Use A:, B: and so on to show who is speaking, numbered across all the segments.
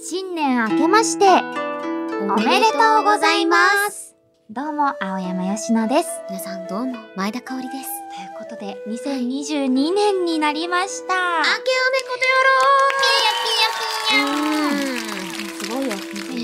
A: 様明けましておめでとうございますどうも青山よしのです
B: 皆さんどうも、前田香織です。
A: ということで2022年になりました、
B: けおめことよろー
A: うんすごいよ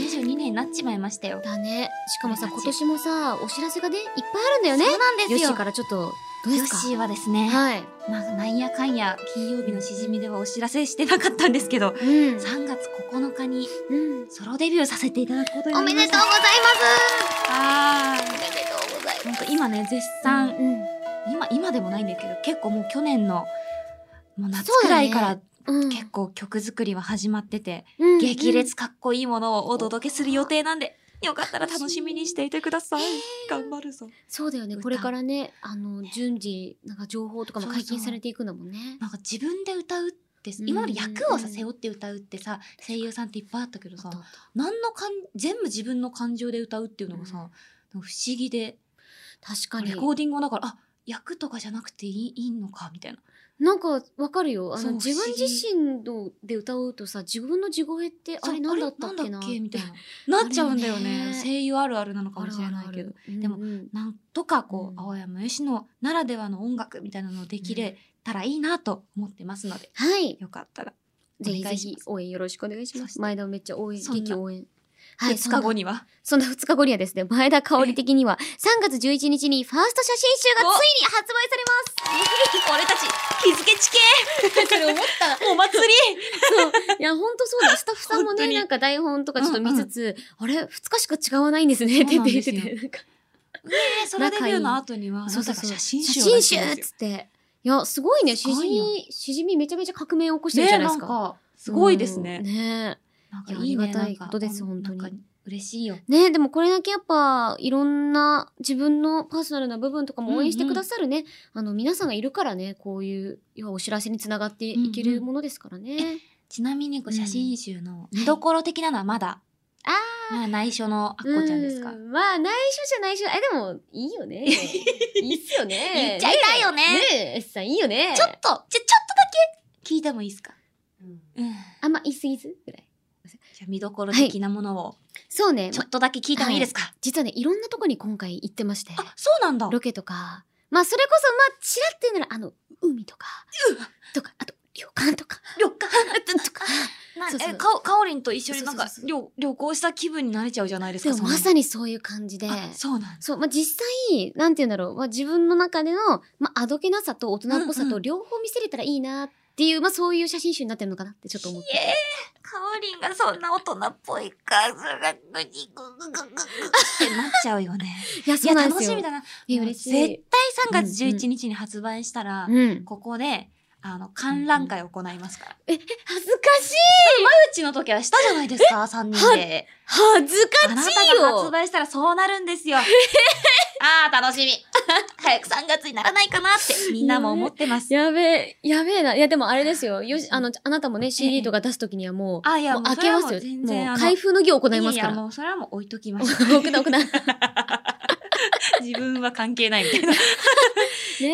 A: 2022年になっちまいましたよ
B: だね。しかもさ、
A: これ
B: 今
A: マジ
B: 年もさ、お知らせがね、いっぱいあるんだよね。
A: そうなんですよ
B: ヨッシーからちょっと、どうで
A: ヨッ
B: すか
A: シーはですね、
B: はい。
A: まあ、なんやかんや金曜日のしじみではお知らせしてなかったんですけど
B: うん
A: 3月9日に
B: うん。
A: ソロデビューさせていただくことにな
B: お
A: りま
B: め
A: し
B: でとうございま
A: たあ
B: すおめでとうござい
A: ーほんと今ね絶
B: ま
A: 賛、
B: す。うん。
A: 今今でもないんだけど結構もう去年のもう夏
B: そう
A: く
B: だ
A: ら
B: ね
A: いから
B: うん
A: 結構曲作りは始まってて、
B: うん
A: 激烈かっこいいものをお届けする予定なんで、よかったら楽しみにしていてください。頑張るぞ。
B: そうだよね。
A: 歌
B: これからね、あの、順次、なんか情報とかも解禁されていくんだもんね。
A: なんか自分で歌うって
B: うん
A: 今まで役をさ
B: うん
A: 背負って歌うってさ声優さんっていっぱいあったけどさ
B: あったあっ
A: 何のかん全部自分の感情で歌うっていうのがさ、
B: うん
A: なんか不思議で
B: 確かに
A: レ。コーディングもだからあ役とかじゃなくていいいいのかみたいな。
B: なんか、わかるよ。あ
A: そ
B: の、
A: う
B: 自分自身ので歌うとさ、自分の地声って、あれなんだったっけ
A: そうあ
B: な
A: れなんだっけみたいな。なっちゃうんだよ
B: あるよ
A: ね
B: ね。
A: 声優あるあるなのか
B: あ
A: も
B: る
A: しれ
B: ある
A: ない
B: あ
A: けど
B: る。うん
A: でも
B: うん
A: なんとかこ
B: うん
A: う、青山吉野ならではの音楽みたいなのをできれたらいいなと思ってますので、
B: はい。
A: よかったら。
B: ぜ
A: お
B: ひぜ
A: 願いし
B: ひ
A: ます
B: 応援よろしくお願いしま
A: そし
B: す。
A: て
B: 前田をめっちゃ応援、
A: そんな
B: 劇応援。
A: はい、2
B: そんな
A: 日後には。
B: そんな2日後にはですね、前田香織的には3月11日にファースト写真集が
A: お
B: ついに発売されます
A: 俺たち、日付地
B: それ思った。
A: 形お祭り
B: そう。 いや、ほん とそうだ。スタッフさんも
A: 本
B: ね、
A: 当に
B: なんか台本とかちょっと見つつ、あれ ?2 日しか違わないんですね。って言って言っ
A: そ
B: て
A: うなん
B: て。なんか
A: えー、それデビューの後には、
B: そ
A: そうう
B: そ
A: だ
B: う
A: か
B: そ
A: 写
B: う
A: 真
B: 写
A: 集
B: 真
A: を
B: 集
A: 出
B: っ
A: すんですよ
B: つって。いや、すごいね。
A: す
B: し
A: ご
B: じ
A: いよ
B: み、しじみめちゃめちゃ革命起こしてる
A: ね
B: じ
A: え、
B: ゃない
A: な
B: です
A: ん
B: か。
A: か、すごいです
B: う
A: ね
B: ん。ね
A: なん
B: い
A: か
B: や
A: いいね。
B: ありがた
A: な
B: い
A: んか
B: ことです
A: うん
B: 本当に
A: なんか嬉しいよ。
B: ねでもこれだけやっぱいろんな自分のパーソナルな部分とかも応援してくださるね、あの皆さんがいるからねこういう要はお知らせにつながっていけ
A: うん
B: る
A: うん
B: ものですからね。
A: ちなみに、こう
B: うん
A: 写真集の見どころ的なのはまだ、
B: あー
A: まあ内緒のあっこちゃんですか
B: う。んまあ内緒じゃ内緒えでもいい よねいいっすよ
A: 言
B: ね
A: っちゃいたいよね
B: ねえさんいいよね
A: ちょっと、じゃ、ちょっとだけ聞いてもいいですかうん。
B: あんま言い過ぎずぐらい
A: じゃあ見どころ的なものを
B: そうね
A: ちょっとだけ聞いてもいいですか、
B: 実はねいろんなとこに今回行ってまして
A: あそうなんだ
B: ロケとかまあそれこそまあちらっていうならあの海とかとかあと旅館とか
A: 旅館
B: とか
A: な
B: そうそう
A: えかおかおりんと一緒になんか
B: そうそう
A: 旅旅行した気分になれちゃうじゃないです
B: で
A: か
B: もまさにそういう感じで
A: そのあそうなんだ
B: そう、まあ、実際、なんて言うんだろう、まあ、自分の中での、まあ、あどけなさと大人っぽさ
A: うんう
B: と
A: ん
B: 両方見せれたらいいなっていう、まあ、そういう写真集になってるのかなってちょっと思って。
A: かおりんがそんな大人っぽい感じがグニグググググってなっちゃうよね
B: いや、
A: い
B: そう
A: や
B: なん
A: 楽
B: です
A: し
B: よ。
A: みだな
B: や嬉しい
A: 絶対3月11日に発売したら、
B: うん。
A: ここであの観覧会を行いますから、う
B: 恥ずかしい
A: ちの時はしたじゃないですか3人で
B: 恥ずか
A: あな
B: しい
A: たが発
B: よ
A: 売したらそうなるんですよ。ああ、楽しみ。 早く3月にならないかなってみんなも思ってます。
B: やべえ、やべえな。いや、でもあれですよ。よし、あの、あなたもね、CD とか出すときにはもう、
A: あいや
B: もう
A: もう
B: 開
A: そ
B: け
A: れは
B: ま
A: もう
B: すよ。
A: 全然
B: も
A: あ
B: う
A: の
B: 開封の儀を行いますか
A: いや、
B: ら。
A: もうそれはもう置いときましょ
B: 奥だ 奥だ。ね
A: う。自分は関係ないみたいな。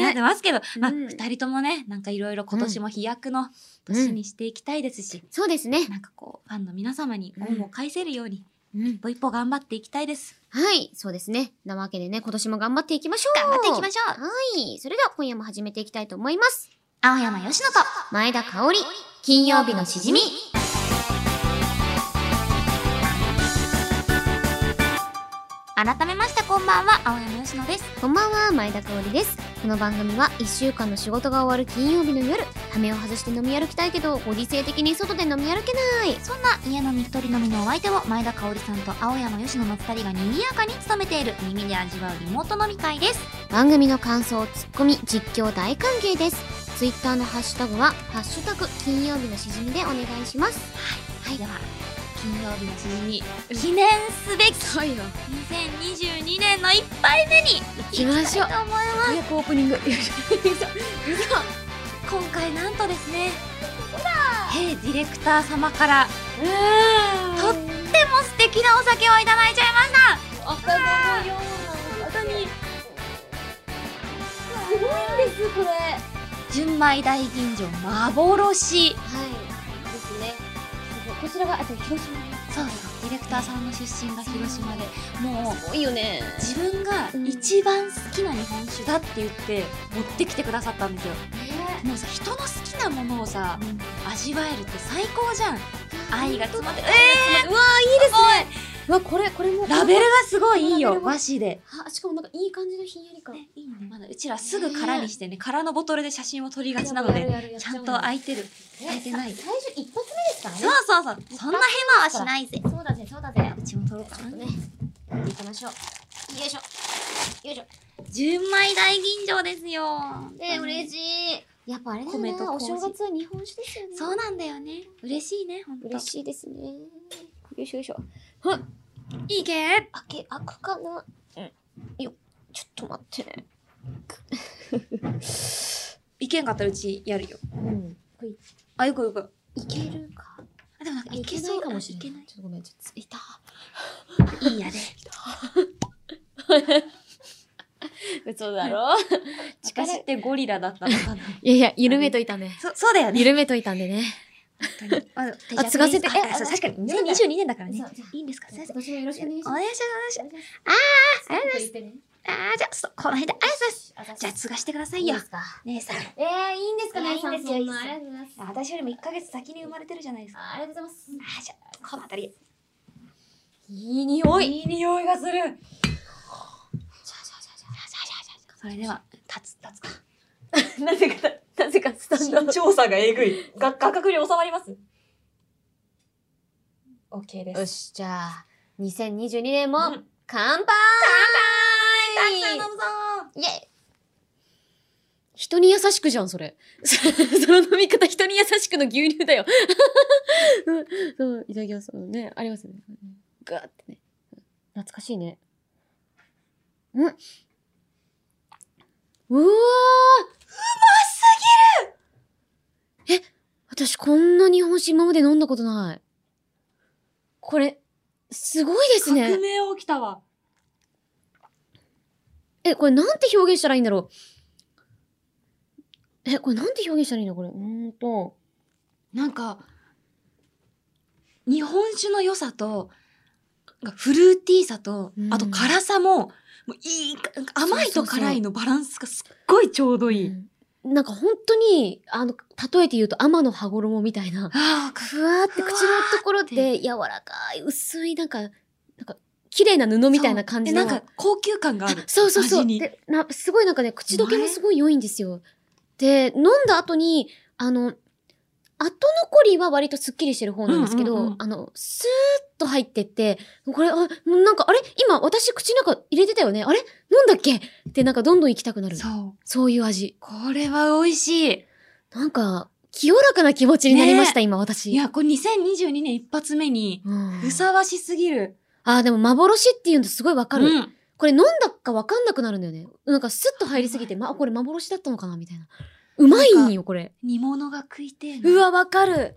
A: なってますけど、まあ、
B: うん
A: 二人ともね、なんかいろいろ今年も飛躍の年にしていきたいですし、
B: そうですね。
A: なんかこう、ファンの皆様に恩を返せるように、
B: うん
A: 一歩一歩頑張っていきたいです。
B: はい、そうですね。なわけでね、今年も頑張っていきましょ
A: 頑
B: う。
A: 張っていきましょう。
B: はい。それでは今夜も始めていきたいと思います。
A: 青山よしのと、
B: 前田香織、金曜日のしじみ。
A: 改めましてこんばんは、青山よしのです。
B: こんばんは、前田香織です。この番組は1週間の仕事が終わる金曜日の夜、羽目を外して飲み歩きたいけど、ご時世的に外で飲み歩けない。
A: そんな家飲み一人飲みのお相手を前田香織さんと青山佳乃の2人が賑やかに務めている耳で味わうリモート飲み会です
B: 番組の感想、ツッコミ、実況大歓迎です。ツイッターのハッシュタグは、ハッシュタグ金曜日のしじみでお願いします。
A: はいでは金曜日のしじみ記念すべき
B: そうよ。
A: 2022年の一杯目に行
B: きましょう
A: きたいと思いま
B: 早くオープ ニング。
A: す今回なんとですねヘイディレクター様からとっても素敵なお酒をいただいちゃいました
B: 頭のような
A: 本当に
B: すごいんですこれはい
A: 純米大吟醸幻
B: ですねすごいこちらがあと広島
A: そうですディレクターさんの出身が広島でもう
B: すごいよね
A: 自分が一番好きな日本酒だって言って持ってきてくださったんですよもうさ人の好きなものをさ味わえるって最高じゃん愛が詰まってえ
B: うわーいいですねうわこれこれも
A: ーラベルがすごいいい
B: ラ
A: よ
B: ベルが
A: 和紙で
B: あしかもなんかいい感じのひんやり感
A: いいねまだうちらすぐ空にしてね空のボトルで写真を撮りがちなの
B: や
A: で
B: るやるやっ
A: ち
B: ゃう
A: ゃ
B: よ
A: んと空いてる空いてない
B: 最初一発目ですからね
A: そうそうそうそんなヘマはしないぜ
B: そうだぜそうだぜ
A: うちも撮ろうかな
B: ね行きましょうよいしょよいしょ
A: 純米大吟醸ですよ
B: で嬉
A: しい
B: しいやっぱあれだ
A: 米と
B: なお
A: 麹
B: 正月は日本酒ですよね
A: そうなんだよね嬉しいねほんと
B: 嬉しいですねよいしょよいしょ
A: いいけ
B: 開け開くかなうんよちょっと待ってね
A: いけんかったらうちやるよ
B: うん
A: あよくよく
B: いけるか
A: あでもなんか
B: い
A: い
B: け
A: け
B: な
A: そう
B: いかもしれない
A: いけない
B: ちょっとごめんちょっといた
A: いいやで。
B: 嘘だろ
A: しかしってゴリラだったのかな。
B: いやいや緩めといたね
A: そそうだよね。
B: 緩めといたんでね
A: 本当にあ
B: あ継がせて
A: あ
B: え
A: あそう
B: あ
A: 確かに
B: そうだ
A: 二十二年だからね
B: そう。
A: いいんですか先生。
B: 私もよろしくお願いし
A: お
B: ます
A: 願いします。お願いし
B: ありがとうございます
A: ますあーじゃあそうこの辺でありがとうございます。じゃあ継がしてくださいよ
B: で。すか
A: 姉さん。
B: えー、いいんですか
A: いや
B: ね、
A: いいんですよ
B: そ
A: いい
B: ん
A: ですよ
B: なありがとうございます。
A: あ私よりも一ヶ月先に生まれてるじゃないですか。
B: あありがとうございます。
A: あーじゃあこの辺り。
B: いい匂い。
A: いい匂いがする。じゃあじゃあじゃあじゃあじゃあじゃあじゃあそれでは立つ立 つか。
B: なぜか、なぜかスタンド。
A: 調査がえぐい。が価格に収まります。オッケーで
B: よし、じゃあ、2022年も
A: うん
B: 乾杯
A: たくさん飲むぞー。
B: イェイ人に優しくじゃん、それ。 そその飲み方、人に優しくの牛乳だよ。 うんそう、いただきます。うんね、ありますね。ガーってね。懐かしいね。うん。うわーうますぎるえ、私こんな日本酒今まで飲んだことない。これ、すごいですね。
A: 革命起きたわ。
B: え、これなんて表現したらいいんだろうえ、これなんて表現したらいいんだこれ。うーんと。
A: なんか、日本酒の良さと、なんかフルーティーさと
B: う、ん
A: あと辛さも、もういい、なんか甘い
B: そ
A: と
B: うそうそう
A: 辛いのバランスがすっごいちょうどいい。
B: なんか本当に、あの、例えて言うと天の羽衣みたいな。
A: ああ、
B: ふわーって口のところ
A: ふわ
B: で柔らかい、薄い、なんか、なんか、綺麗な布みたいな感じの。
A: そうえなんか高級感がある。
B: そうそうそう。
A: 味に
B: でなすごいなんかね、口どけもすごい良いんですよ。で、飲んだ後に、あの、後残りは割とすっきりしてる方なんですけど、
A: うんうんうん
B: あの、スーッと入ってって、これ、あ、なんか、あれ今私口の中入れてたよねあれ飲んだっけってなんかどんどん行きたくなる。そう
A: そう。
B: いう味。
A: これは美味しい。
B: なんか、清らかな気持ちになりました、今私。
A: いや、これ2022年一発目に、
B: うん
A: ふさわしすぎる。
B: あー、でも幻っていうのすごいわかる。
A: うん
B: これ飲んだかわかんなくなるんだよね。なんかスッと入りすぎて、ま、あこれ幻だったのかなみたいな。うまいんよ、これ。
A: 煮物が食いてえな
B: う。わ、わかる。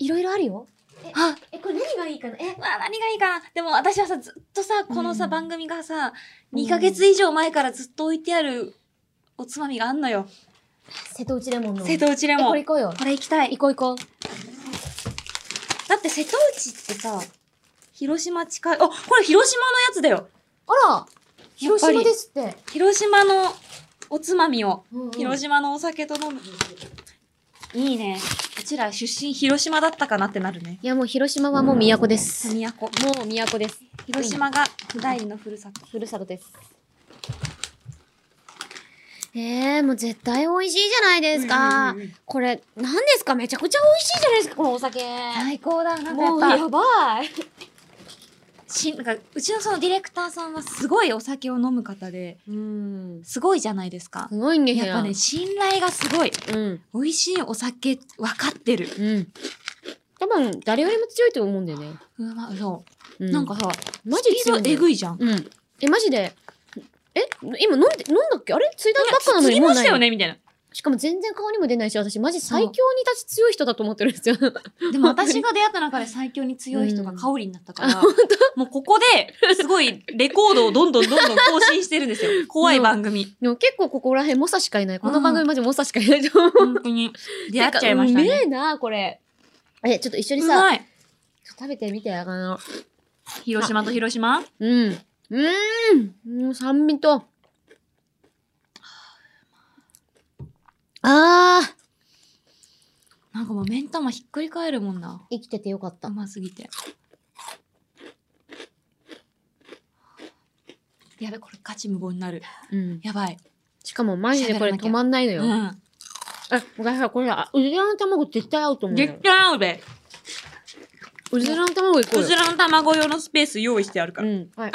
B: いろいろあるよ。
A: あ、
B: え、これ何がいいかなえ、
A: まあ何がいいかな。でも私はさ、ずっとさ、このさ、
B: うん
A: 番組がさ、
B: うん
A: 2ヶ月以上前からずっと置いてあるおつまみがあんのよ。
B: 瀬戸内レモンの。
A: 瀬戸内レ
B: え
A: モン。
B: こ
A: こ
B: れ
A: れ
B: 行こうよ。
A: 行きたい
B: 行。こう行こ
A: だって瀬戸内ってさ、広島近い。あ、これ広島のやつだよ。
B: う。あら
A: やっ
B: 広
A: ぱり
B: 島ですって。
A: 広島のおつまみを、
B: うんうん
A: 広島のお酒と飲む。いいね。うちら出身広島だったかなってなるね。
B: いや、もう広島はもう都です。
A: 都。
B: もう都です。
A: 広島が第二のふるさと。
B: ふるさとです。えー、もう絶対美味しいじゃないですか。
A: うんうんうん
B: これ、何ですかめちゃくちゃ美味しいじゃないですか、このお酒。
A: 最高だ。なんかや
B: も
A: っ
B: う
A: ぱ、
B: やばい。
A: しなんかうちのそのディレクターさんはすごいお酒を飲む方で
B: うん。
A: すごいじゃないですか
B: すごいんですよ。
A: やっぱね信頼がすごい
B: うん。
A: 美味しいお酒分かってる
B: うん。多分、誰よりも強いと思うんだよね。
A: うまそうう、なんか、さ
B: マジ
A: スピードえぐ
B: い。
A: いじゃん
B: うん。え、マジで、え、今飲んで、飲んだっけあれついだばっかなの
A: 釣り
B: にもう
A: ま
B: な
A: し
B: い
A: たよ
B: の
A: ねみたいな
B: しかも全然顔にも出ないし、私マジ最強に立ち強い人だと思ってるんですよ。
A: でも私が出会った中で最強に強い人が香りになったから、もうここですごいレコードをどんどんどんどん更新してるん ですよ怖い番組、
B: でも結構ここら辺猛者しかいない。こ
A: う
B: の
A: ん
B: 番組マジ猛者しかいないと思う。
A: 本当に出会っちゃいました
B: てかう
A: ね
B: めえな、これ。え、ちょっと一緒に
A: う
B: さ、
A: まい
B: 食べてみて、あの、
A: 広島と広島
B: うん。うーんもう酸味と。あー
A: なんかもう目ん玉ひっくり返るもんな。
B: 生きててよかった
A: う。ますぎて。やべ、これ価値無言になる。
B: うん。
A: やばい。
B: しかもマジでこれ止まんないの
A: う
B: よ。
A: ん。
B: え、昔さ、これさ、うずらの卵絶対合うと思うよ
A: 絶。対合うべ。
B: うずらの卵いこう
A: こ
B: よ
A: ち。らの卵用のスペース用意してあるか
B: う
A: ら。
B: ん。はい。
A: ご放送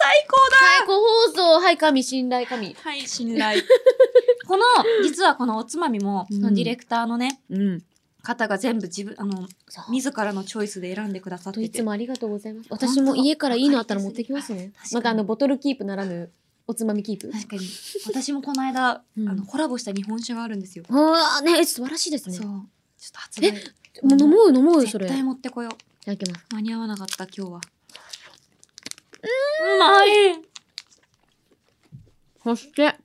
A: 最高だ
B: 最高放送、はい、神、信頼神。
A: はい、信頼。 この、実はこのおつまみも、
B: うん
A: そのディレクターのね、
B: うん。
A: 方が全部自分、あの、
B: そう。
A: 自らのチョイスで選んでくださっ
B: と
A: て
B: い
A: て
B: つ。もありがとうございます。
A: 当
B: 私も家からいいのあったら持ってきますね
A: 確か。に
B: またあの、ボトルキープならぬ、おつまみキープ。
A: 確かに。私もこの間、
B: うん
A: あの、コラボした日本酒があるんですよ。
B: ああ、ね、素晴らしいです
A: そう。ち
B: ね
A: ょ。っと発売。
B: もう飲もうよ、飲もうよ、そ
A: 絶
B: れ。い
A: 対持ってこよう。
B: ただきます。
A: 間に合わなかった、今日は。うまい
B: そして。あ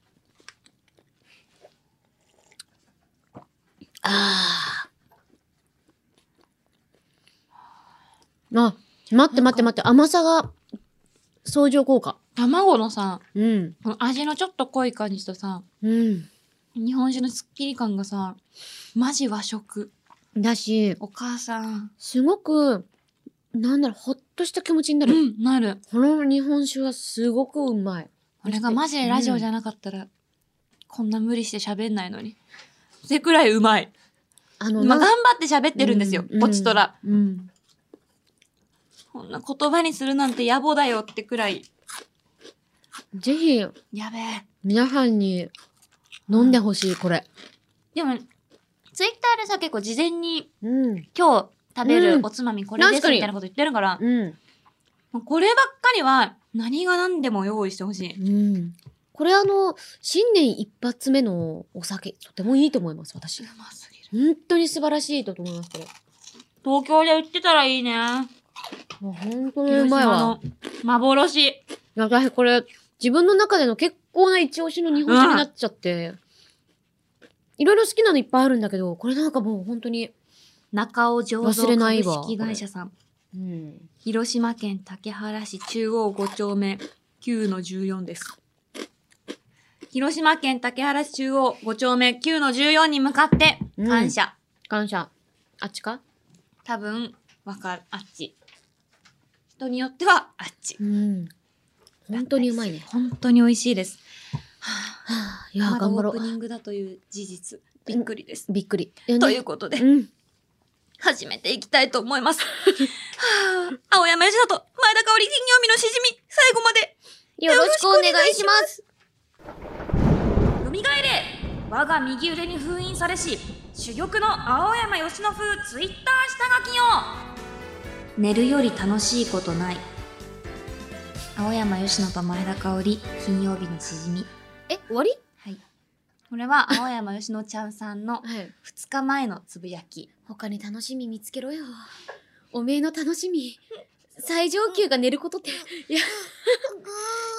B: あ。あ、待って待って待って、甘さが、相乗効果。
A: 卵のさ、
B: うん。
A: この味のちょっと濃い感じとさ、
B: うん。
A: 日本酒のスッキリ感がさ、マジ和食。
B: だし、
A: お母さん。
B: すごく、なんだろう、ほっとした気持ちにな
A: う
B: る。
A: ん、なる。
B: この日本酒はすごくうまい。
A: 俺がマジでラジオじゃなかったら、こんな無理して喋んないのに。ってくらいうまい。
B: あの、
A: まあ、
B: な
A: 頑
B: んか
A: 張って喋ってるんですよ
B: う、
A: ポチトラ。。
B: うん。
A: こんな言葉にするなんて野暮だよってくらい。
B: ぜひ、
A: やべえ。
B: 皆さんに飲んでほしい、これ。
A: でも、ツイッターでさ、結構事前に
B: うん。
A: 今日食べ
B: う
A: る
B: ん
A: おつまみこれで
B: 確
A: す
B: かに
A: みたいなこと言ってるから、
B: うん。
A: もうこればっかりは何が何でも用意してほしい。
B: うん。これあの、新年一発目のお酒、とてもいいと思います、私
A: う。ますぎる。
B: 本当に素晴らしいと思います、これ。
A: 東京で売ってたらいいね。
B: もう本当にう
A: 広
B: まい
A: 島
B: わ
A: の。幻。
B: いや私これ、自分の中での結構な一押しの日本酒になっちゃって、いろいろ好きなのいっぱいあるんだけど、これなんかもう本当に、
A: 中尾醸造
B: 忘れない
A: 株
B: わ
A: 式会社さん。
B: うん。
A: 広島県竹原市中央5丁目9の14です。広島県竹原市中央5丁目9の14に向かって
B: うん
A: 感謝。
B: 感謝。あっちか
A: 多分、わかる。あっち。人によってはあっち。
B: うん。本当にうまいね。
A: 本当に美味しいです。
B: はあ、い
A: い
B: や、頑張ろ
A: オープ
B: う。
A: ニングだという事実。びっくりです。
B: びっくり。いやね
A: ということで、
B: うん。
A: 始めていきたいと思います。 はあ青山吉里、前田香織金曜日のしじみ、最後まで
B: よろしくお願いします。
A: 蘇れ我が右腕に封印されし珠玉の青山吉野風ツイッター下書きよ寝るより楽しいことない青山吉野と前田香織金曜日のしじみ
B: え、終わり
A: はいこれは青山吉野ちゃんさんの
B: はい。
A: 2日前のつぶやき
B: 他に楽しみ見つけろよ。おめえの楽しみ。最上級が寝ることって。いや、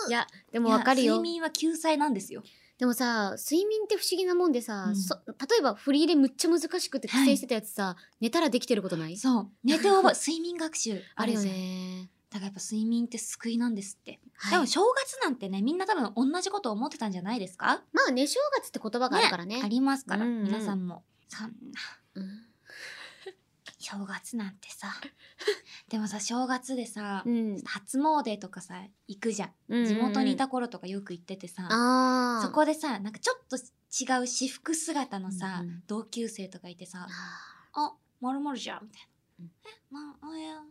B: いや、でもわかる
A: いや
B: よ
A: 睡。眠は救済なんですよ
B: でもさ、睡眠って不思議なもんでさ、
A: うん
B: そ例えば振り入れむっちゃ難しくて苦戦してたやつさ、寝たらできてることない
A: そう寝て覚え 睡眠学習
B: あるよ
A: じゃん
B: ね。
A: だからやっぱ睡眠って救いなんですって、
B: は
A: 多
B: い
A: 分、正月なんてねみんな多分同じこと思ってたんじゃないですか
B: まあね、正月って言葉があるからね。
A: ありますから、
B: うんうん
A: 皆さんもそんな
B: うん
A: 正月なんて さでもさ正月でさ、
B: うん
A: 初詣とかさ行くじゃん、
B: うん
A: 地元にいた頃とかよく行っててさ、
B: ああ。
A: そこでさなんかちょっと違う私服姿のさ、
B: うんうん
A: 同級生とかいてさ
B: あ
A: 「あまるまるじゃん」みたいな「えまああや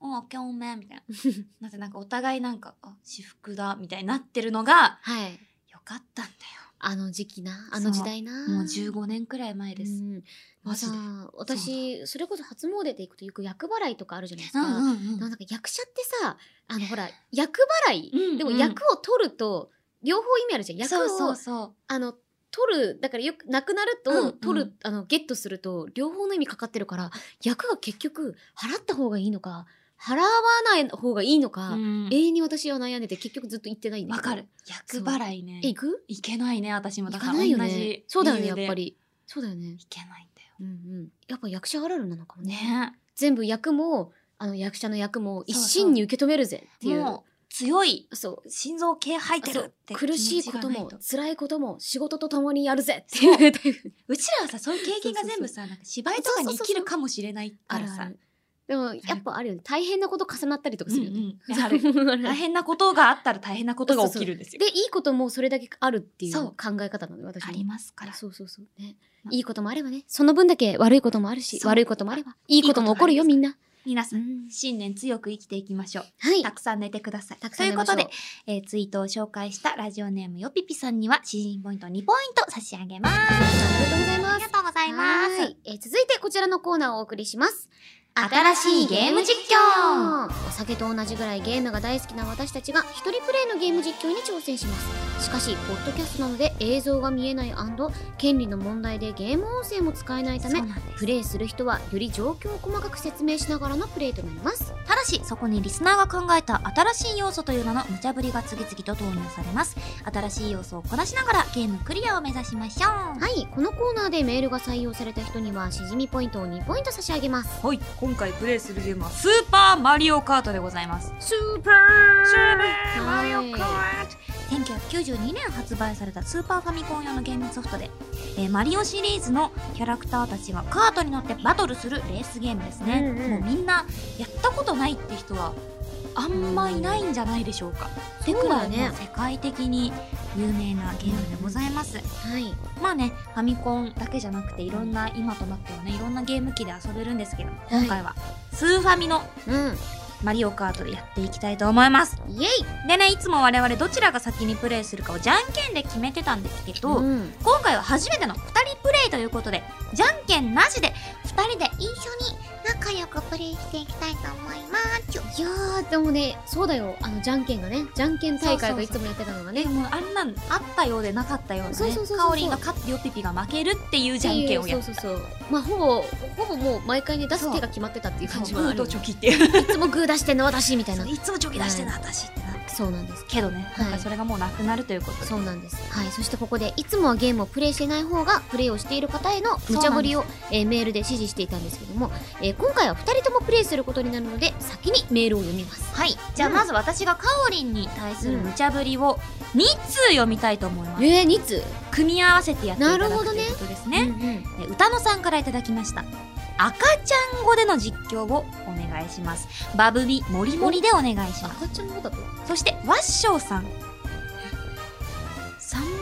A: おきょんめ」 みたいななってなんかお互いなんか「あ私服だ」みたいになってるのが
B: ー。はい。
A: よかったんだ
B: あの時期な、あの時代な。
A: よもう15年くらい前です、
B: うん
A: マジで
B: さ私それこそ初詣で行くとよく厄払いとかあるじゃないです
A: う
B: か、
A: んうんうん
B: でもなんか役者ってさ あのほら役払い、
A: うんうん
B: でも役を取ると両方意味あるじゃん役
A: そ
B: を
A: うそうそう
B: あの取るだからよくなくなると、
A: うんうん
B: 取るあのゲットすると両方の意味かかってるから役が結局払った方がいいのか払わない方がいいのか、
A: うん
B: 永遠に私は悩んでて結局ずっと行ってないんだ
A: わ
B: けど
A: かる。厄払いね
B: え。行く
A: いけないね、私も。
B: 行
A: だか
B: からないよ
A: 同じ理由
B: ね
A: で。
B: そうだよねやっぱりそうだよね。
A: いけないんだよ
B: うんうん。やっぱ役者あるあるなのかもね。
A: ね
B: 全部役も、あの役者の役も一
A: そうそう
B: 心に受け止めるぜっていう。
A: もう強い
B: そう。
A: 心臓系入ってるって
B: そう苦しいこと
A: 気持
B: も
A: ちがない
B: 辛いことも仕事と共にやるぜっていうタイ プ
A: うちらはさそういう経験が全部さなんか芝居とかに生きるかもしれないからさ
B: でもやっぱあるよね大変なこと重なったりとかするよね、
A: うんうん ある
B: ある
A: 大変なことがあったら大変なことが起きるんですよ
B: でいいこともそれだけあるっていう
A: そう
B: 考え方なので私も
A: ありますから
B: そうそうそうね
A: まあ
B: いいこともあればねその分だけ悪いこともあるし
A: そう
B: 悪いこともあればいいことも起こるよ
A: いい
B: みんな、
A: 皆さ
B: うんん、
A: 信念強く生きていきましょう
B: はい
A: たくさん寝てください
B: たく
A: と
B: さん
A: い
B: 寝
A: う
B: ま
A: こ
B: しょ
A: と
B: う
A: で、えーツイートを紹介したラジオネームよぴぴさんには詩人ポイント2ポイント差し上げます
B: ありがとうござい
A: あ
B: ま
A: り
B: す
A: がとうございます
B: はいえー続いてこちらのコーナーをお送りします
A: 新しいゲーム実況
B: お酒と同じぐらいゲームが大好きな私たちが一人プレイのゲーム実況に挑戦しますしかしポッドキャストなので映像が見えない権利の問題でゲーム音声も使えないため
A: そうなんです
B: プレイする人はより状況を細かく説明しながらのプレイとなります
A: ただしそこにリスナーが考えた新しい要素という名の無茶ぶりが次々と投入されます新しい要素をこなしながらゲームクリアを目指しましょう
B: はいこのコーナーでメールが採用された人にはしじみポイントを2ポイント差し上げます
A: はい今回プレイするゲームはスーパーマリオカートでございます
B: スーパー
A: 1992年発売されたスーパーファミコン用のゲームソフトで、えーマリオシリーズのキャラクターたちがカートに乗ってバトルするレースゲームですね、
B: うんうん
A: もうみんなやったことないって人はあんまいないんじゃないでしょうか、ってくらい
B: そうだ
A: もう
B: ね
A: 世界的に有名なゲームでございます、
B: はい
A: まあねファミコンだけじゃなくていろんな今となってはねいろんなゲーム機で遊べるんですけど
B: 今
A: 今回はスーファミの
B: う
A: マリオカートでやっていきたいと思います
B: んイエイ
A: でねいつも我々どちらが先にプレイするかをじゃんけんで決めてたんですけど、
B: うん
A: 今回は初めての2人プレイということでじゃんけんなしで2人で一緒に仲良くプレイしていきたいと思います
B: いやーでもねそうだよあのじゃんけんがねじゃんけん大会がいつもやってたのがね
A: でもあんなんあったようでなかったような
B: そう
A: ね
B: そうそうそう
A: かおりんが勝ってよぴぴが負けるっていうじゃんけんをやっ
B: そうそうそうまあほぼほぼもう毎回ね出す手が決まってたっていう
A: た
B: 感じ
A: グ
B: はあ
A: ー
B: る
A: と
B: い
A: チョキっていう
B: つもグー出してんの私みたいな
A: そういつもチョキ出してるな私ってな
B: そうなんです
A: けどね、
B: はい
A: 今回それがもうなくなるということで
B: そうなんですはいそしてここでいつもはゲームをプレイしていない方がプレイをしている方への無茶ぶりを、えーメールで指示していたんですけども、えー今回は2人ともプレイすることになるので先にメールを読みます
A: はいじゃあ
B: うん
A: まず私がかおりんに対する無茶ぶりを2通読みたいと思います、
B: えー、2通
A: 組み合わせてやっていただ
B: なるほ
A: く
B: ど
A: と
B: ね
A: いうことですね
B: うんうん
A: え歌野さんからいただきました赤ちゃん語での実況をお願いしますバブビモリモリでお願いします
B: 赤ちゃんの方だと
A: そしてワッショウさん3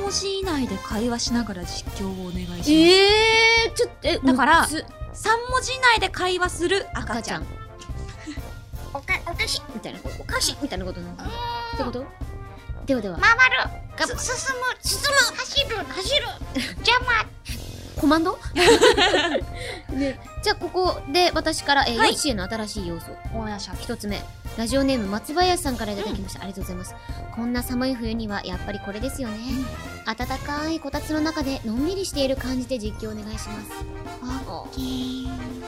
A: 文字以内で会話しながら実況をお願いします、
B: えー、ちょっとえ
A: だから
B: む
A: 3
B: ず
A: 文字以内で会話する赤
B: 赤
A: ち
B: ち
A: ゃ
B: ゃ
A: ん
B: ん。おかおかしいみたいなことおかしいみたいなことなんだ。ってことではでは、
C: 回るす進む進む走る走る邪魔
B: コマンド ねじゃあここで私から、えー
A: はい
B: ヨッシーへの新しい要素
A: おやしゃ
B: 一つ目ラジオネーム松林さんからいただきました、ありがとうございますこんな寒い冬にはやっぱりこれですよね、暖かいこたつの中でのんびりしている感じで実況お願いします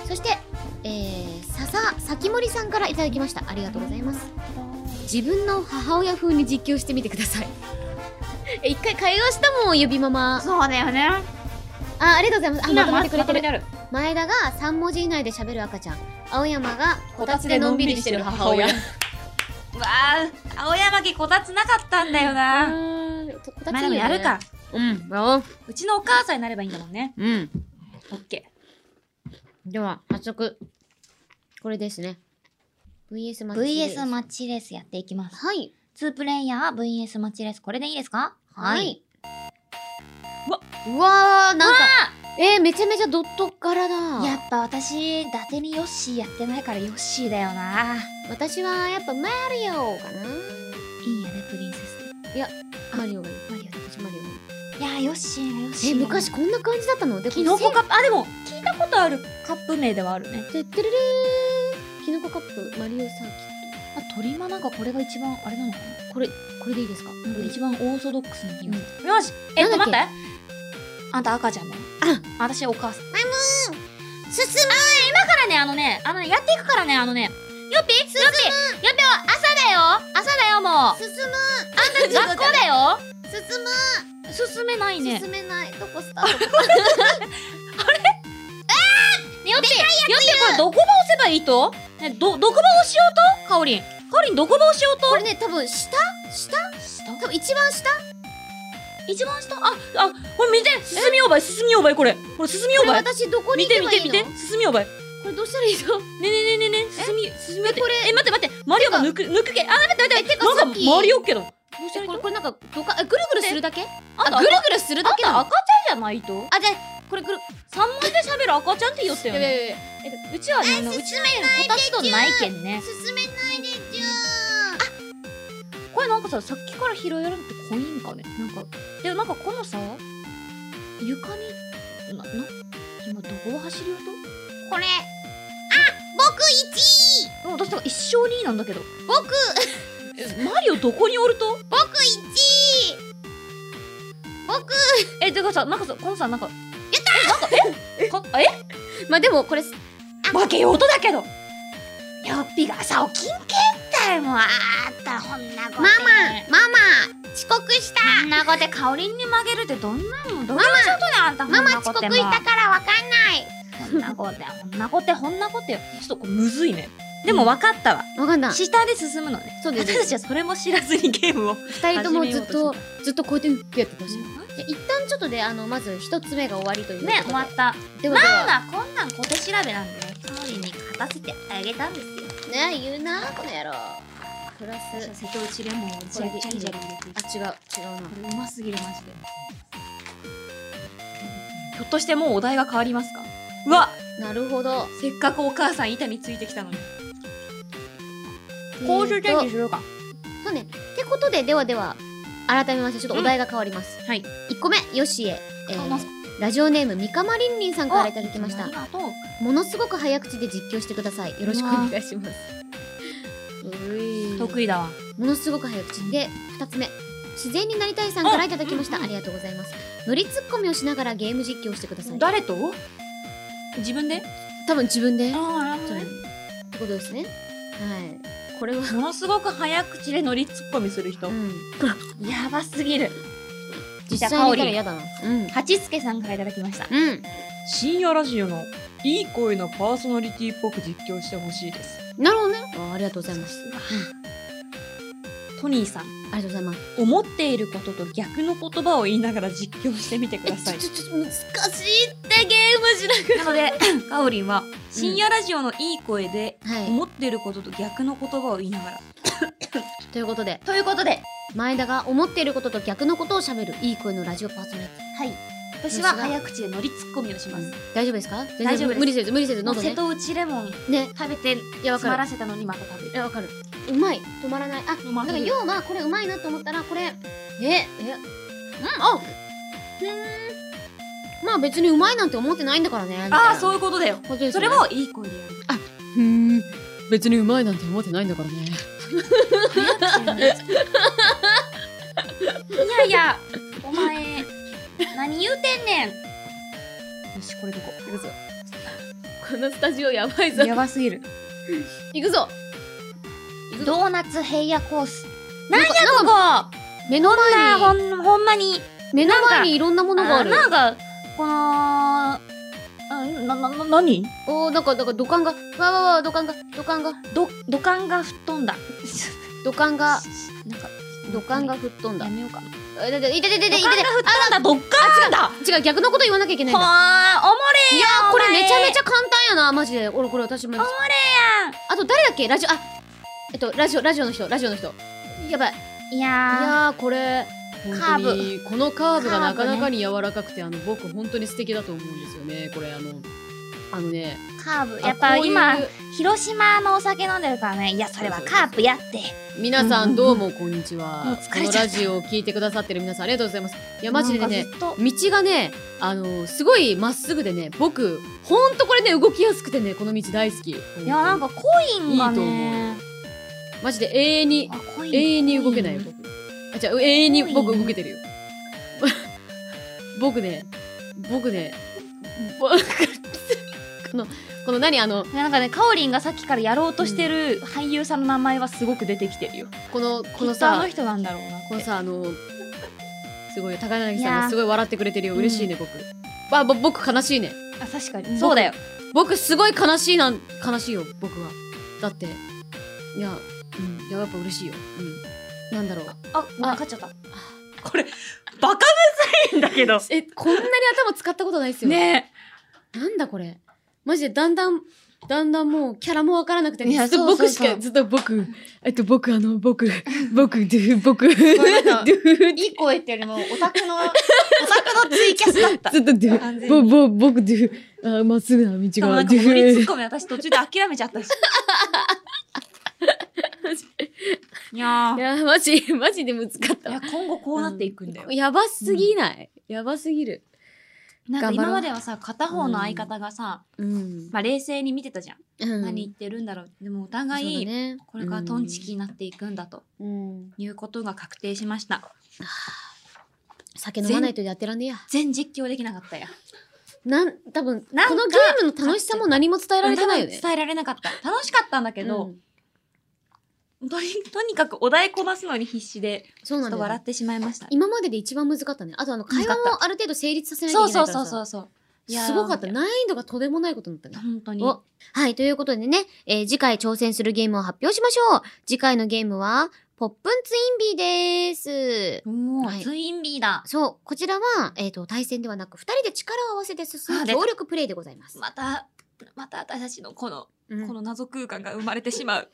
B: そして、えー、笹崎森さんからいただきましたありがとうございます自分の母親風に実況してみてください え一回会話したもん指ママ
C: そうだよね
B: あありがとうございますあまとめてくれてる
A: ある
B: 前田が3文字以内で喋る赤ちゃん青山がこたつでのんびりしてる母 親
A: わあ青山家こたつなかったんだよな
B: こたついいよね
A: まあでもやるか
B: うんやおう
A: うちのお母さんになればいいんだもんね
B: うん
A: オッケ
B: では早速これですね VS マ
A: ー
B: ッチレース
A: VS マッチレースやっていきます
B: はい
A: 2プレイヤー VS マッチレースこれでいいですか
B: はい
A: うわ
B: うわーなんかえー、めちゃめちゃドット柄だ
A: やっぱ私伊達にヨッシーやってないからヨッシーだよな
B: 私はやっぱマリオかない
A: いよねプリンセス
B: マリオがいい
A: マリオね
B: 私マリオがい
A: いやー
B: い
A: ヨッシーがヨッシー
B: え
A: だよ
B: 昔こんな感じだったので
A: キノコカ
B: カ
A: ップあでも聞いたことあるカップ名ではあるね
B: ップてるれーキノコカップマリオサー
A: あ鳥間なんかこれが一番あれなのか
B: キットこれこれでいいですか
A: ななんか一番オーソドックスな気がする、よしえ
B: な
A: っ
B: ん
A: と
B: だ
A: 待
B: っ
A: っ
B: け
A: てあんた赤ちゃんだよあ私はお母さんあ
C: 進
A: だからねあのねあのねやっていくからねあのねよっぴよっぴよっぴは朝だよ朝だよもう
C: む進む
A: 学校だよ
C: 進む
A: 進めないね
C: 進めないどこスタートあれ
A: よって、よってこれどこば押せばいいとね、ど、どこば押しようとかおりん。かおりんどこば押しようと
B: これね、多分下下多分一番下
A: 一番下あ、あ、これ見て進みおばい、進みおばい、これ。これ進みお
B: これ
A: ばい。
B: 私どこに
A: 見
B: 行け
A: て
B: ば
A: 見
B: いい
A: て
B: の
A: 見て、進みおばい。ね
B: これどうしたらいいの
A: えねえねえねえねえ、進み、進みおばい。
B: これ
A: え、待って待って、マリオが抜く、抜くけ。あ、待って待って待って、
B: えてか
A: なん
B: さっ
A: か
B: き
A: マリオっけど。
B: えこれこれなんかどかあぐるぐるするだけ
A: あんた
B: あぐるぐるするだけなの
A: 赤ちゃんじゃないと
B: あじゃあこれぐる
A: 三文字で喋る赤ちゃんって言ったよ
B: いやい
A: ね。
B: やいや
A: うちはね、あのうちの家のこたつとないけんね。
C: 進めないでちゅ
A: これなんかさ、さっきから拾えるのってコインかね。なんか、でもなんかこのさ、床に、な、な、今どこを走りよう
C: ーんこれあ僕1位
A: ともう私とか一生になんだけど。
C: 僕
A: えマリオどこにおると
C: 僕1位僕
A: え、てかさ、なんかさ、このさ、なんか、え、なんか、えか、
B: まあでもこれす
A: え負けようとだけどやっぴがさ、起きんけったよ、もう。あーった、ほんなこと。
C: ママママ遅刻した
A: あんなことかおりんに曲げるってどんなもんどういうことだよあんた
C: ママ
A: ほんなこ
C: 遅
A: と
C: 刻
A: も
C: いたからわかんない
A: こんなことやこんなことやこんなことやちょっとこれむずいねでも分かったわ、
B: わかんない
A: 下で進むのね
B: そうです
A: 私たちはそれも知らずにゲームを
B: 二人ともずっとずっとこうやってフックやってたし
A: ね
B: じゃあ一旦ちょっとであのまず一つ目が終わりということで
A: 終わった
B: ではで
A: まあ
B: は
A: まあこんなん小手調べなんでねかおりんに勝たせてあげたんですよ
B: ね言うなこの野郎プラス
A: 瀬戸内レモンを
B: ジャリジャリジャリ
A: 入れて
B: あ違う違うな
A: うますぎるマジでひょっとしてもうお題が変わりますかうわ
B: なるほど
A: せっかくお母さん板についてきたのに
B: えーと
A: するか
B: そうねってことでではでは改めましてちょっとお題が変わります、
A: はい
B: 1個目よしええー
A: あます
B: ラジオネームみかまりんりんさんからいただきまし
A: あ
B: た
A: りがとう
B: ものすごく早口で実況してくださいよろしくお願いしますうい
A: 得意だわ
B: ものすごく早口で2つ目自然になりたいさんからいただきましたありがとうございます乗りツッコミをしながらゲーム実況してください
A: 誰と自分で
B: 多分自分でじゃ
A: あ
B: あってことですねはいこれは
A: ものすごく早口で乗りツッコミする人
B: うん
A: やばすぎる
B: 実
A: じゃあ
B: 際にいた
A: 香
B: ら
A: り
B: 嫌だなうん
A: 八助さんからいただきました
B: うん
A: 深夜ラジオのいい声のパーソナリティっぽく実況してほしいです
B: なるほどねあありがとうございます
A: トニーさん
B: ありがとうございます
A: 思っていることと逆の言葉を言いながら実況してみてください
B: えちょちょちょ難しいってゲームしなく
A: なので かおりんは深夜ラジオのいい声で
B: はい
A: 思っていることと逆の言葉を言いながら
B: ということで
A: ということで
B: 前田が思っていることと逆のことを喋るいい声のラジオパーソナリテ
A: はい私は早口で乗りツッコミをし
B: ィ
A: ま
B: ます
A: す、
B: 大丈夫ですか全然
A: 大丈夫です
B: 無理せず無理せず
A: もう
B: 喉
A: 瀬
B: ね
A: 戸内レモン
B: ね
A: 食べて
B: いやわ
A: 詰ま
B: からる
A: せたのにまた食べ
B: い
A: る
B: やわかるうまい止まらないあ
A: 止まらな
B: だから
A: い
B: 要はこれうまいなと思ったらこれええうんあうんまあ別にうまいなんて思ってないんだからね
A: ああそう
B: う
A: いうことだよ
B: ことです
A: そ
B: よね
A: れをいい声でやる
B: うん別にうまいなんて思ってないんだからね
A: いやいやお前何言うてんねんよしこれでいこう行くぞ
B: このスタジオやばいぞ
A: やばすぎる
B: 行くぞ
A: ドーナツ平野コース
B: なんやここ目の前
A: あ
B: に
A: ほんほんまに
B: 目の
A: なん
B: 前
A: か
B: にいろんなものがある
A: なんかこのうんななな何
B: おーなんかなんか土管がわわわ土管が土管が
A: ど土管が吹っ飛んだ
B: 土管が
A: なんか
B: 土管が吹っ飛んだ
A: やめようかな
B: えだだいてててていて
A: 土
B: て
A: 管が吹っ飛んだ土管だ
B: 違う逆のこと言わなきゃいけないん
A: ほー
B: だ
A: おもれや
B: これめちゃめ
A: ゃ
B: ちゃ簡単やなマジで俺これ私も
A: おもれやん
B: あと誰だっけラジオあえっとラジオラジオの人ラジオの人やばい
A: い
B: い
A: や
B: やーこれ
D: 本当にこのカーブがなかな
A: カー
D: かに柔らかくて、あの僕本当に素敵だと思うんですよねこれあのあのね
A: ーカーブ
D: あ
A: やっぱ
D: こういう
A: 今広島のお酒飲んでるからねいやそれはカープやって
D: 皆さんどうもこんにち
A: もう
D: は、
A: 疲
D: こ
A: れちゃ
D: の
A: った
D: ラジオを聞いてくださってる皆さんありがとうございますいやマジでね
A: なんかずっと
D: 道がねあのすごいまっすぐでね僕ほんとこれね動きやすくてねこの道大好き
A: いやなんかコインが
D: いいと思
A: ね
D: マジで永遠に
A: あコイン
D: 永遠に動けないよ
A: コイン
D: 僕あじゃあ永遠に
A: 多い
D: 僕
A: ね
D: 動けてるよ 僕ね僕ね僕このこの何あの
A: いやなんかねかおりんがさっきからやろうとしてる俳優さんの名前はすごく出てきてるよ
D: このこ
A: き
D: の
A: っとあ
D: さ
A: の人なんだろうな
D: このさあのすごい高柳さんがすごい笑ってくれてるよ嬉しいね、僕あぼ僕悲しいね
A: あ確かに
D: そうだ
A: よ
D: 僕すごい悲しいなん悲しいよ僕はだっていや、うん、いややっぱ嬉しいよ、うん、なんだろう
A: あ
D: あ
A: 分かっちゃったこれバカむずいんだけど
D: えこんなに頭使ったことないっすよ
A: ね
D: なんだこれマジでだんだんだんだんもうキャラもわからなくて
B: い
D: ず
B: や
D: っと
B: そうそう
D: 僕し
B: そう
D: かずっと僕えっと僕あの 僕僕ドゥ 僕ド
B: うなんか
D: ゥ
B: いい声ってよりもオタク の
A: お作のツイキャスだ った
D: ずっとド
A: 完全
D: ゥ
A: に
D: ぼぼ僕ドゥあーまっすぐな道
A: でもな
D: が
A: ん
D: ド
A: か
D: ゥ
A: 無理ツッコミ私途中で諦めちゃったし いや
D: い
A: ー
D: やマジマジで難かっ
A: いや
D: た
A: 今後こうなっていくんだよ、
D: やばすぎない、やばすぎる
A: なんか
D: 頑張ろ
A: 今
D: う
A: まではさ片方の相方がさ、
D: うん、
A: まあ冷静に見てたじゃん、
D: うん
A: 何言ってるんだろうでもお互
D: そう
A: い、
D: だね
A: これからトンチキになっていくんだと
D: うん
A: いうことが確定しました
D: 酒飲まないとやってらんねえや
A: 全実況できなかったや
D: なん多分こ
A: なんか
D: のゲームの楽しさも何も伝えられてないよね
A: 伝えられなかった楽しかったんだけど、
D: うん
A: とにとにかくお題こなすのに必死で
D: そう
A: ちょ
D: な
A: っ
D: んだ
A: と
D: よ
A: 笑ってしまいました
D: 今までで一番難かったねあとあの会話
A: 難か
D: もある程度成立させないと
A: そ
D: いうけな
A: そ
D: いうから
A: そ
D: さ
A: うそうそういやー
D: すごかった難易度がとてもないことになったね
A: 本当に
D: お
B: はい、ということでね、えー次回挑戦するゲームを発表しましょう。次回のゲームは、ポップンツインビーです。
A: もう、
B: はい
A: ツインビーだ
B: そう、こちらは、えっ、と、対戦ではなく、二人で力を合わせて進
A: あ
B: む
A: 出た
B: 協力プレイでございます。
A: またまた私たちのこの、
B: うん
A: この謎空間が生まれてしまう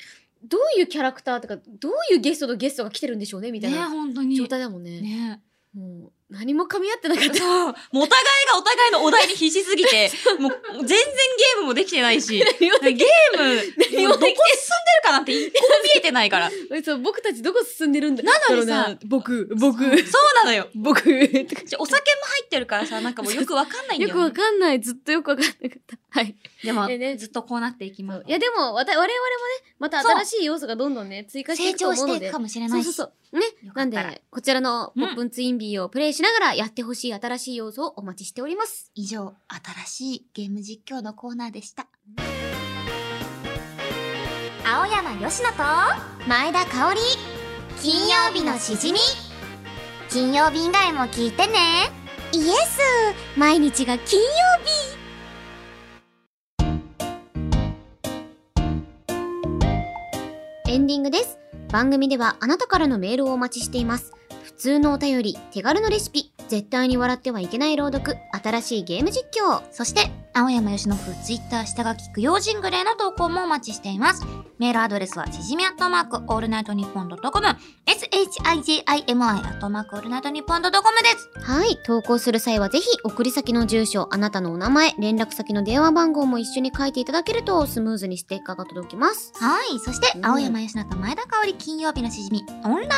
D: どういうキャラクターとかどういうゲストとゲストが来てるんでしょうねみた
A: ね
D: いな
A: 本当に
D: 状態だもんね
A: ね
D: もう何も噛み合ってなかった
A: そうもうお互いがお互いのお題に必死すぎてもう全然ゲームもできてないし ゲ
D: 何も
A: ーム
D: 何
A: も
D: も
A: うどこ進んでるかなんて一個も見えてないからそう
D: そう僕たちどこ進んでるんだ
A: なのにさ
D: だろうな僕 僕
A: なのよ
D: 僕とか
A: じゃお酒も入ってるから さなんかもうよくわかんないんだ
D: よ
A: よ,、
D: く
A: ね、
D: わかんないずっとよくわかんなかったはい
A: でも、
D: でね
A: ずっとこうなっていきま
D: そ
A: す
D: ういやでもわた我々もねまた
A: そう
D: 新しい要素がどんどんね追加してい
B: 成
D: くと
B: 長
D: 思う
B: して
D: の
B: い
D: で
B: くかもしれ
D: そ
B: な
D: う
B: い
D: そう
B: し。
D: そうね
A: よか
B: な
A: っ
B: ん
A: たら
B: で、こちらの
A: う
B: ポ
A: ん
B: ップンツインビーをプレイしながらやってほしい新しい要素をお待ちしております。
C: 以上、新しいゲーム実況のコーナーでした。青山よしのと、前田香織、金曜日のしじみ。金曜日以外も聞いてね。イエス毎日が金曜
B: エンディングです。番組ではあなたからのメールをお待ちしています。普通のお便り、手軽のレシピ、絶対に笑ってはいけない朗読、新しいゲーム実況。
C: そして、青山由伸ツイッター下書き供養ジングレーの投稿もお待ちしています。メールアドレスは、しじみアットマーク、オールナイトニッポンドットコム、shijimi アットマーク、オールナイトニッポンドットコムです。
B: はい、投稿する際はぜひ送り先の住所、あなたのお名前、連絡先の電話番号も一緒に書いていただけるとスムーズにステッカーが届きます。
C: はい。そして
B: う、ん
C: 青山由伸と前田香織、金曜日のしじみ、オンライン飲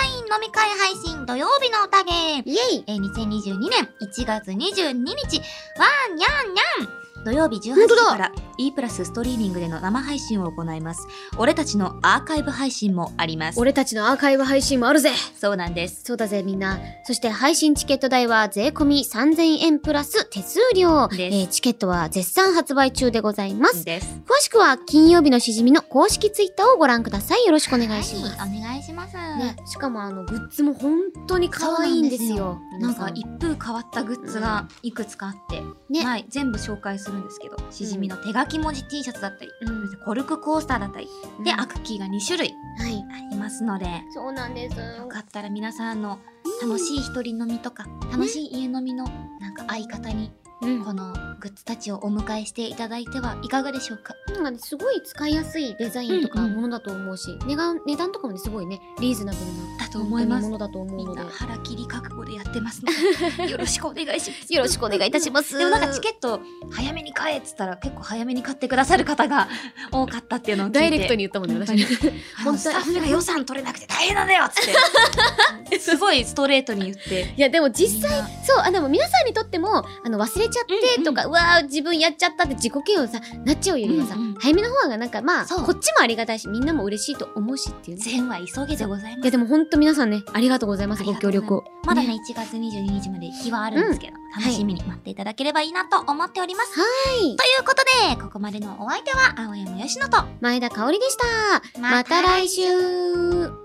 C: み会配信、土曜日の宴。
B: イエイ
C: えー、2022年1月22日、わーにゃんにゃん土曜日18
B: 本
C: 時
B: 当だ
C: から E プラスストリーミングでの生配信を行います。俺たちのアーカイブ配信もあります。
B: 俺たちのアーカイブ配信もあるぜ
C: そうなんです。
B: そうだぜみんな。そして配信チケット代は税込み3000円プラス手数料。
C: です
B: えーチケットは絶賛発売中でございます。
C: です。
B: 詳しくは金曜日のしじみの公式ツイッターをご覧ください。よろしくお願いします。
C: はい、お願いします。
B: ね、しかもあのグッズも本当に可愛いんですよ。
A: な
B: 皆
A: ん
B: さ
A: か一風変わったグッズがいくつかあって、
B: ね
A: はい、全部紹介するんですけどしじみの手書き文字 T シャツだったり、コルクコースターだったり、で
B: うん
A: アクキーが2種類
B: はい。
A: ありますのでよ
B: そうなんです。
A: かったら皆さんの楽しい一人飲みとか楽しい家飲みのなんか相方に
B: うん
A: このグッズたちをお迎えしていただいてはいかがでしょうか
B: なんかね、すごい使いやすいデザインとか
A: うんうん
B: ものだと思うし、値段値段とかもねすごいねリーズナブルな
A: だと思います
B: 本当にものだと思
A: み
B: うんので
A: な腹切り覚悟でやってますのでよろしくお願いします
B: よろしくお願いいたします。
A: でもなんかチケット早めに買えっつったら結構早めに買ってくださる方が 多かったっていうのを聞いて
D: ダイレクトに言ったもんね
A: 本当
D: 私
A: に
B: 本当に
A: 本当スタッフが予算取れなくて大変なんだよっつってすごいストレートに言って
B: いやでも実際
A: 際
B: そうあでも皆さんにとってもあの忘れちゃってとか、うわー自分やっちゃったって自己嫌悪さなっちゃうよりはさ、
A: うんうん
B: 早めの方がなんかまあ
A: そう
B: こっちもありがたいしみんなも嬉しいと思うしっていうね。
A: 善は急げでござい
B: い
A: ま
B: や
A: す
B: でも本当皆さんねありがとうございます
A: あり
B: ご
A: がと
B: 協
A: うございます
B: 力を。
C: まだね、1月22日まで日はあるんですけど、楽しみに待っていただければいいなと思っております。
B: はい
C: ということで、ここまでのお相手は、青山よしのと、
B: 前田香織でした。また来週